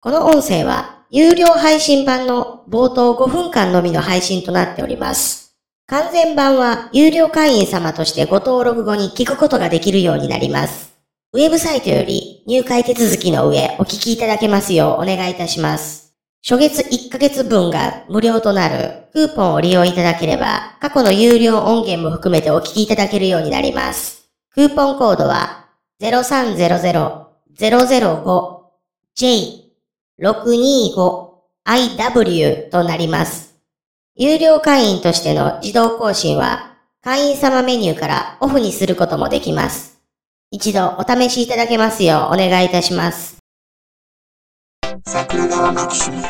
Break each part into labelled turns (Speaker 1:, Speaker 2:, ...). Speaker 1: この音声は有料配信版の冒頭5分間のみの配信となっております。完全版は有料会員様としてご登録後に聞くことができるようになります。ウェブサイトより入会手続きの上お聞きいただけますようお願いいたします。初月1ヶ月分が無料となるクーポンを利用いただければ過去の有料音源も含めてお聞きいただけるようになります。クーポンコードは 0300-005J625IW となります。有料会員としての自動更新は会員様メニューからオフにすることもできます。一度お試しいただけますようお願いいたします。
Speaker 2: 桜川マキシム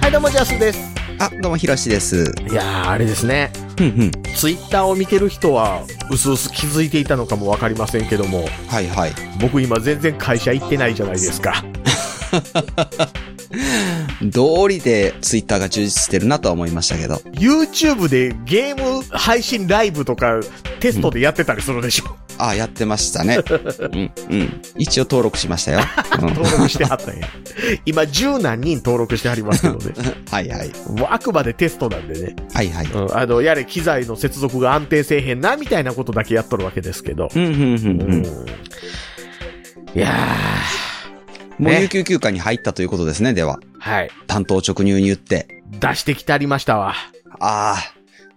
Speaker 3: はい、どうも、ジャスです。
Speaker 4: あ、どうも、ひろしです。
Speaker 3: いやー、あれですね。
Speaker 4: うんうん。
Speaker 3: ツイッターを見てる人は、うすうす気づいていたのかもわかりませんけども、
Speaker 4: はいはい。
Speaker 3: 僕今全然会社行ってないじゃないですか。
Speaker 4: 道理でツイッターが充実してるなとは思いましたけど。
Speaker 3: YouTube でゲーム配信ライブとか、テストでやってたりするでしょ。
Speaker 4: あ、やってましたね。 うんうん。一応登録しましたよ。うん、
Speaker 3: 登録しては ったんや。今、十何人登録してはりますけどね。
Speaker 4: はいはい。
Speaker 3: もうあくまでテストなんでね。
Speaker 4: はいはい。
Speaker 3: うん、あの、やれ機材の接続が安定せえへんな、みたいなことだけやっとるわけですけど。
Speaker 4: うんうんうん
Speaker 3: う
Speaker 4: うんん。
Speaker 3: いや
Speaker 4: もう
Speaker 3: ね
Speaker 4: 有給休暇に入ったということですね、では。
Speaker 3: ー、はい。
Speaker 4: 担当直入に言って。
Speaker 3: 出してきてありましたわ。
Speaker 4: ああ、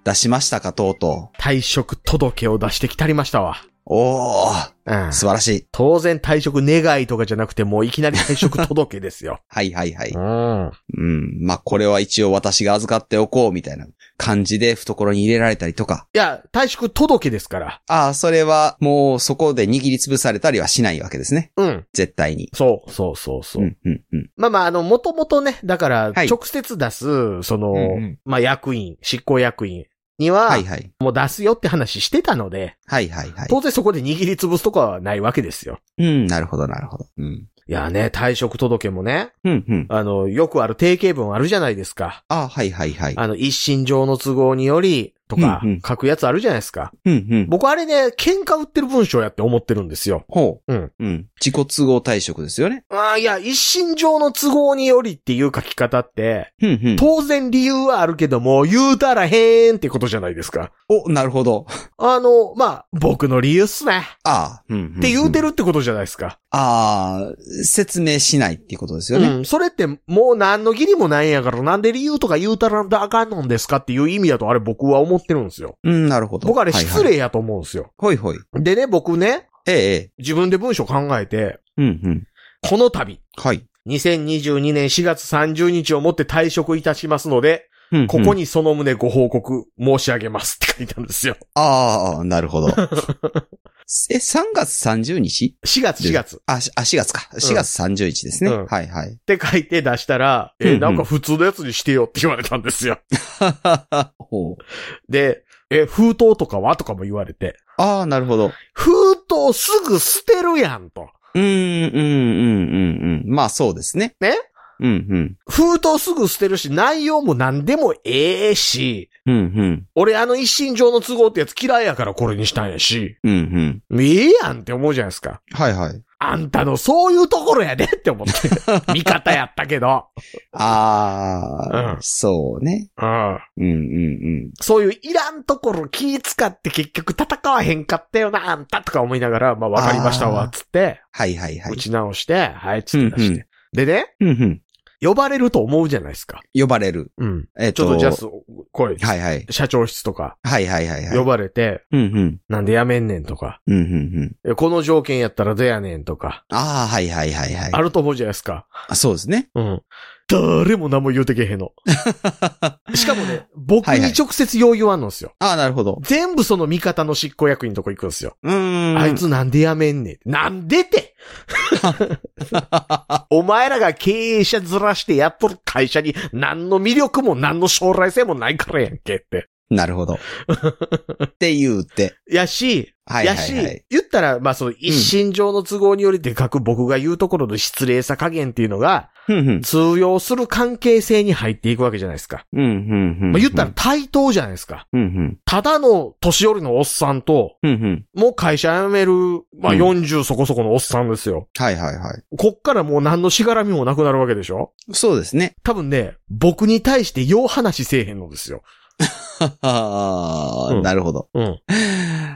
Speaker 4: 出しましたか、とうとう。
Speaker 3: 退職届を出してきたりましたわ。
Speaker 4: おー、
Speaker 3: うん。
Speaker 4: 素晴らしい。。
Speaker 3: 当然退職願いとかじゃなくて、もういきなり退職届ですよ
Speaker 4: はいはいはい。
Speaker 3: ん。
Speaker 4: うん。まあ、これは一応私が預かっておこう、みたいな感じで懐に入れられたりとか。
Speaker 3: いや、退職届ですから。
Speaker 4: ああ、それはもうそこで握りつぶされたりはしないわけですね。
Speaker 3: うん。
Speaker 4: 絶対に。
Speaker 3: そう、そう、そう、そう。
Speaker 4: ん、うん、うん。
Speaker 3: まあまあ、あの、もともとね、だから、
Speaker 4: はい
Speaker 3: 直接出す、その、
Speaker 4: うんうん
Speaker 3: まあ、役員、執行役員には、
Speaker 4: はいはい。
Speaker 3: もう出すよって話してたので、
Speaker 4: はいはいはい。
Speaker 3: 当然そこで握りつぶすとかはないわけですよ。
Speaker 4: うん、なるほどなるほど。うん。
Speaker 3: いやね、退職届もね、
Speaker 4: うん、うん。
Speaker 3: あの、よくある定型文あるじゃないですか。
Speaker 4: あはいはいはい。
Speaker 3: あの、一心上の都合により、とか
Speaker 4: うんうん、
Speaker 3: 書くやつあるじゃないですか。
Speaker 4: うん、うん。
Speaker 3: 僕あれね、喧嘩売ってる文章やって思ってるんですよ。
Speaker 4: ほう。
Speaker 3: うん。
Speaker 4: うん。自己都合退職ですよね。
Speaker 3: ああ、いや、一心上の都合によりっていう書き方って、
Speaker 4: うん、うん。
Speaker 3: 当然理由はあるけども、言うたらへんってことじゃないですか。
Speaker 4: お、なるほど。
Speaker 3: あの、まあ、僕の理由っすね。
Speaker 4: ああ、うん、うん。
Speaker 3: って言うて
Speaker 4: る。
Speaker 3: るってことじゃないですか。
Speaker 4: ああ、説明しないっていうことです
Speaker 3: う
Speaker 4: よ
Speaker 3: ん。
Speaker 4: ね。
Speaker 3: それってもう何の義理もないんやから、なんで理由とか言うたらあかんのんですかっていう意味だとあれ僕は思ってるんですよ。
Speaker 4: うん、なるほど。
Speaker 3: 僕あれ失
Speaker 4: はいはい。
Speaker 3: 礼やと思うんですよ。
Speaker 4: ほいほい。
Speaker 3: でね、僕ね、
Speaker 4: ええ、え
Speaker 3: 自分で文章考えて、
Speaker 4: え。うん、うん。
Speaker 3: この度、
Speaker 4: はい。
Speaker 3: 2022年4月30日をもって退職いたしますので、
Speaker 4: うん、
Speaker 3: ここ
Speaker 4: に。
Speaker 3: にその旨ご報告申し上げますって書いたんですよ。
Speaker 4: ああ、なる ほど。え、3月30日
Speaker 3: 4月、
Speaker 4: で
Speaker 3: 4月っ
Speaker 4: あ、しあ、4月か。4月30日ですね。
Speaker 3: うん
Speaker 4: はいはい。
Speaker 3: て書いて出したら、
Speaker 4: うん
Speaker 3: え
Speaker 4: う
Speaker 3: ー、
Speaker 4: ん
Speaker 3: なんか普通のやつにしてよって言われたんですよ。
Speaker 4: ほう。
Speaker 3: で、え、封筒とかはとかも言われて、
Speaker 4: ああ、なるほど。
Speaker 3: 封筒すぐ捨てるやんと。
Speaker 4: うーん、うん、うん、うん、うん。まあそうですね。
Speaker 3: ね
Speaker 4: うん、
Speaker 3: 封筒すぐ捨てるし、内容も何でもええし、
Speaker 4: うん。うん、うん。
Speaker 3: 俺あの一心上の都合ってやつ嫌いやからこれにしたんやし、
Speaker 4: うん、うん。
Speaker 3: ええやんって思うじゃないですか。
Speaker 4: はいはい。
Speaker 3: あんたのそういうところやでって思っ て。味方やったけど。
Speaker 4: ああ、
Speaker 3: うん
Speaker 4: そうね。
Speaker 3: うん。
Speaker 4: うん、うん、
Speaker 3: そういういらんところ気使って結局戦わへんかったよな、あんたとか思いながら、まあわかりましたわ、
Speaker 4: あー
Speaker 3: つって、
Speaker 4: はいはいはい
Speaker 3: 打。ち直して、はい、つって出して。
Speaker 4: うんう
Speaker 3: でね、
Speaker 4: うん、うん。
Speaker 3: 呼ばれると思うじゃないですか。
Speaker 4: 呼ばれる。
Speaker 3: うん。
Speaker 4: えっ
Speaker 3: ちょ
Speaker 4: と。
Speaker 3: っとジャス、来い。
Speaker 4: はいはい。
Speaker 3: 社長室とか、
Speaker 4: はいはいはいはい。
Speaker 3: 呼ばれて、
Speaker 4: うん、うん。
Speaker 3: なんでやめんねんとか、
Speaker 4: うん、うん、うん。
Speaker 3: えこの条件やったらどやねんとか、
Speaker 4: ああ、はいはいはいはい。
Speaker 3: あると思うじゃないですか。
Speaker 4: あそうですね。
Speaker 3: うん。誰も何も言うてけへ んの。しかもね、僕
Speaker 4: はいは
Speaker 3: に
Speaker 4: い
Speaker 3: 直接要求あんのんすよ。
Speaker 4: ああ、なるほど。
Speaker 3: 全部その味方の執行役員のとこ行くんですよ。
Speaker 4: うーん。
Speaker 3: あい。つなんでやめんねん。なんで てお前らが経営者ずらしてやっとる会社に何の魅力も何の将来性もないからやんけって。
Speaker 4: なるほ ど。って言うて。
Speaker 3: やし、
Speaker 4: はいはいは
Speaker 3: や
Speaker 4: い
Speaker 3: し。、言ったら、まあその一心上の都合によりでかく僕が言うところの失礼さ加減っていうのが
Speaker 4: ふんふん。
Speaker 3: 通用する関係性に入っていくわけじゃないですか。
Speaker 4: うん、ふんふん。
Speaker 3: まあ、言ったら、対等じゃないですか。
Speaker 4: うん、ふん。
Speaker 3: ただの年寄りのおっさんと、
Speaker 4: ふんふん。
Speaker 3: もう会社辞める、まあ
Speaker 4: うん
Speaker 3: 40そこそこのおっさんですよ。
Speaker 4: はいはいはい。
Speaker 3: こっからもう何のしがらみもなくなるわけでしょ
Speaker 4: そうです ね。
Speaker 3: 多分ね、僕に対してよう話せえへんのですよ。
Speaker 4: ああ、
Speaker 3: うん
Speaker 4: なるほど。
Speaker 3: うん。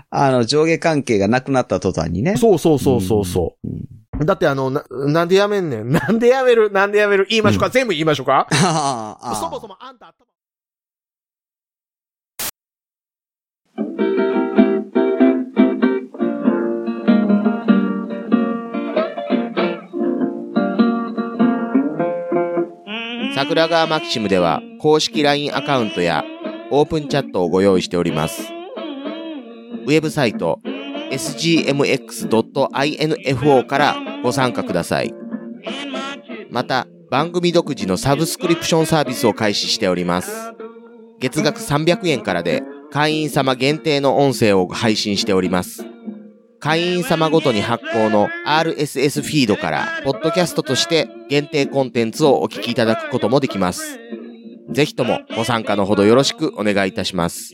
Speaker 4: あの、上下関係がなくなった途端にね。
Speaker 3: そうそうそうそうそ
Speaker 4: うん
Speaker 3: う。だってあの、な、なんで辞めんねん。 なんで辞めるなんで辞める言いましょうか、全部言いましょうか
Speaker 4: あーあー。
Speaker 3: そもそもあんた頭。
Speaker 2: 桜川マキシムでは公式 LINE アカウントやオープンチャットをご用意しておりますウェブサイト sgmx.info からご参加くださいまた番組独自のサブスクリプションサービスを開始しております月額300円からで会員様限定の音声を配信しております会員様ごとに発行の RSS フィードから、ポッドキャストとして限定コンテンツをお聞きいただくこともできます。ぜひともご参加のほどよろしくお願いいたします。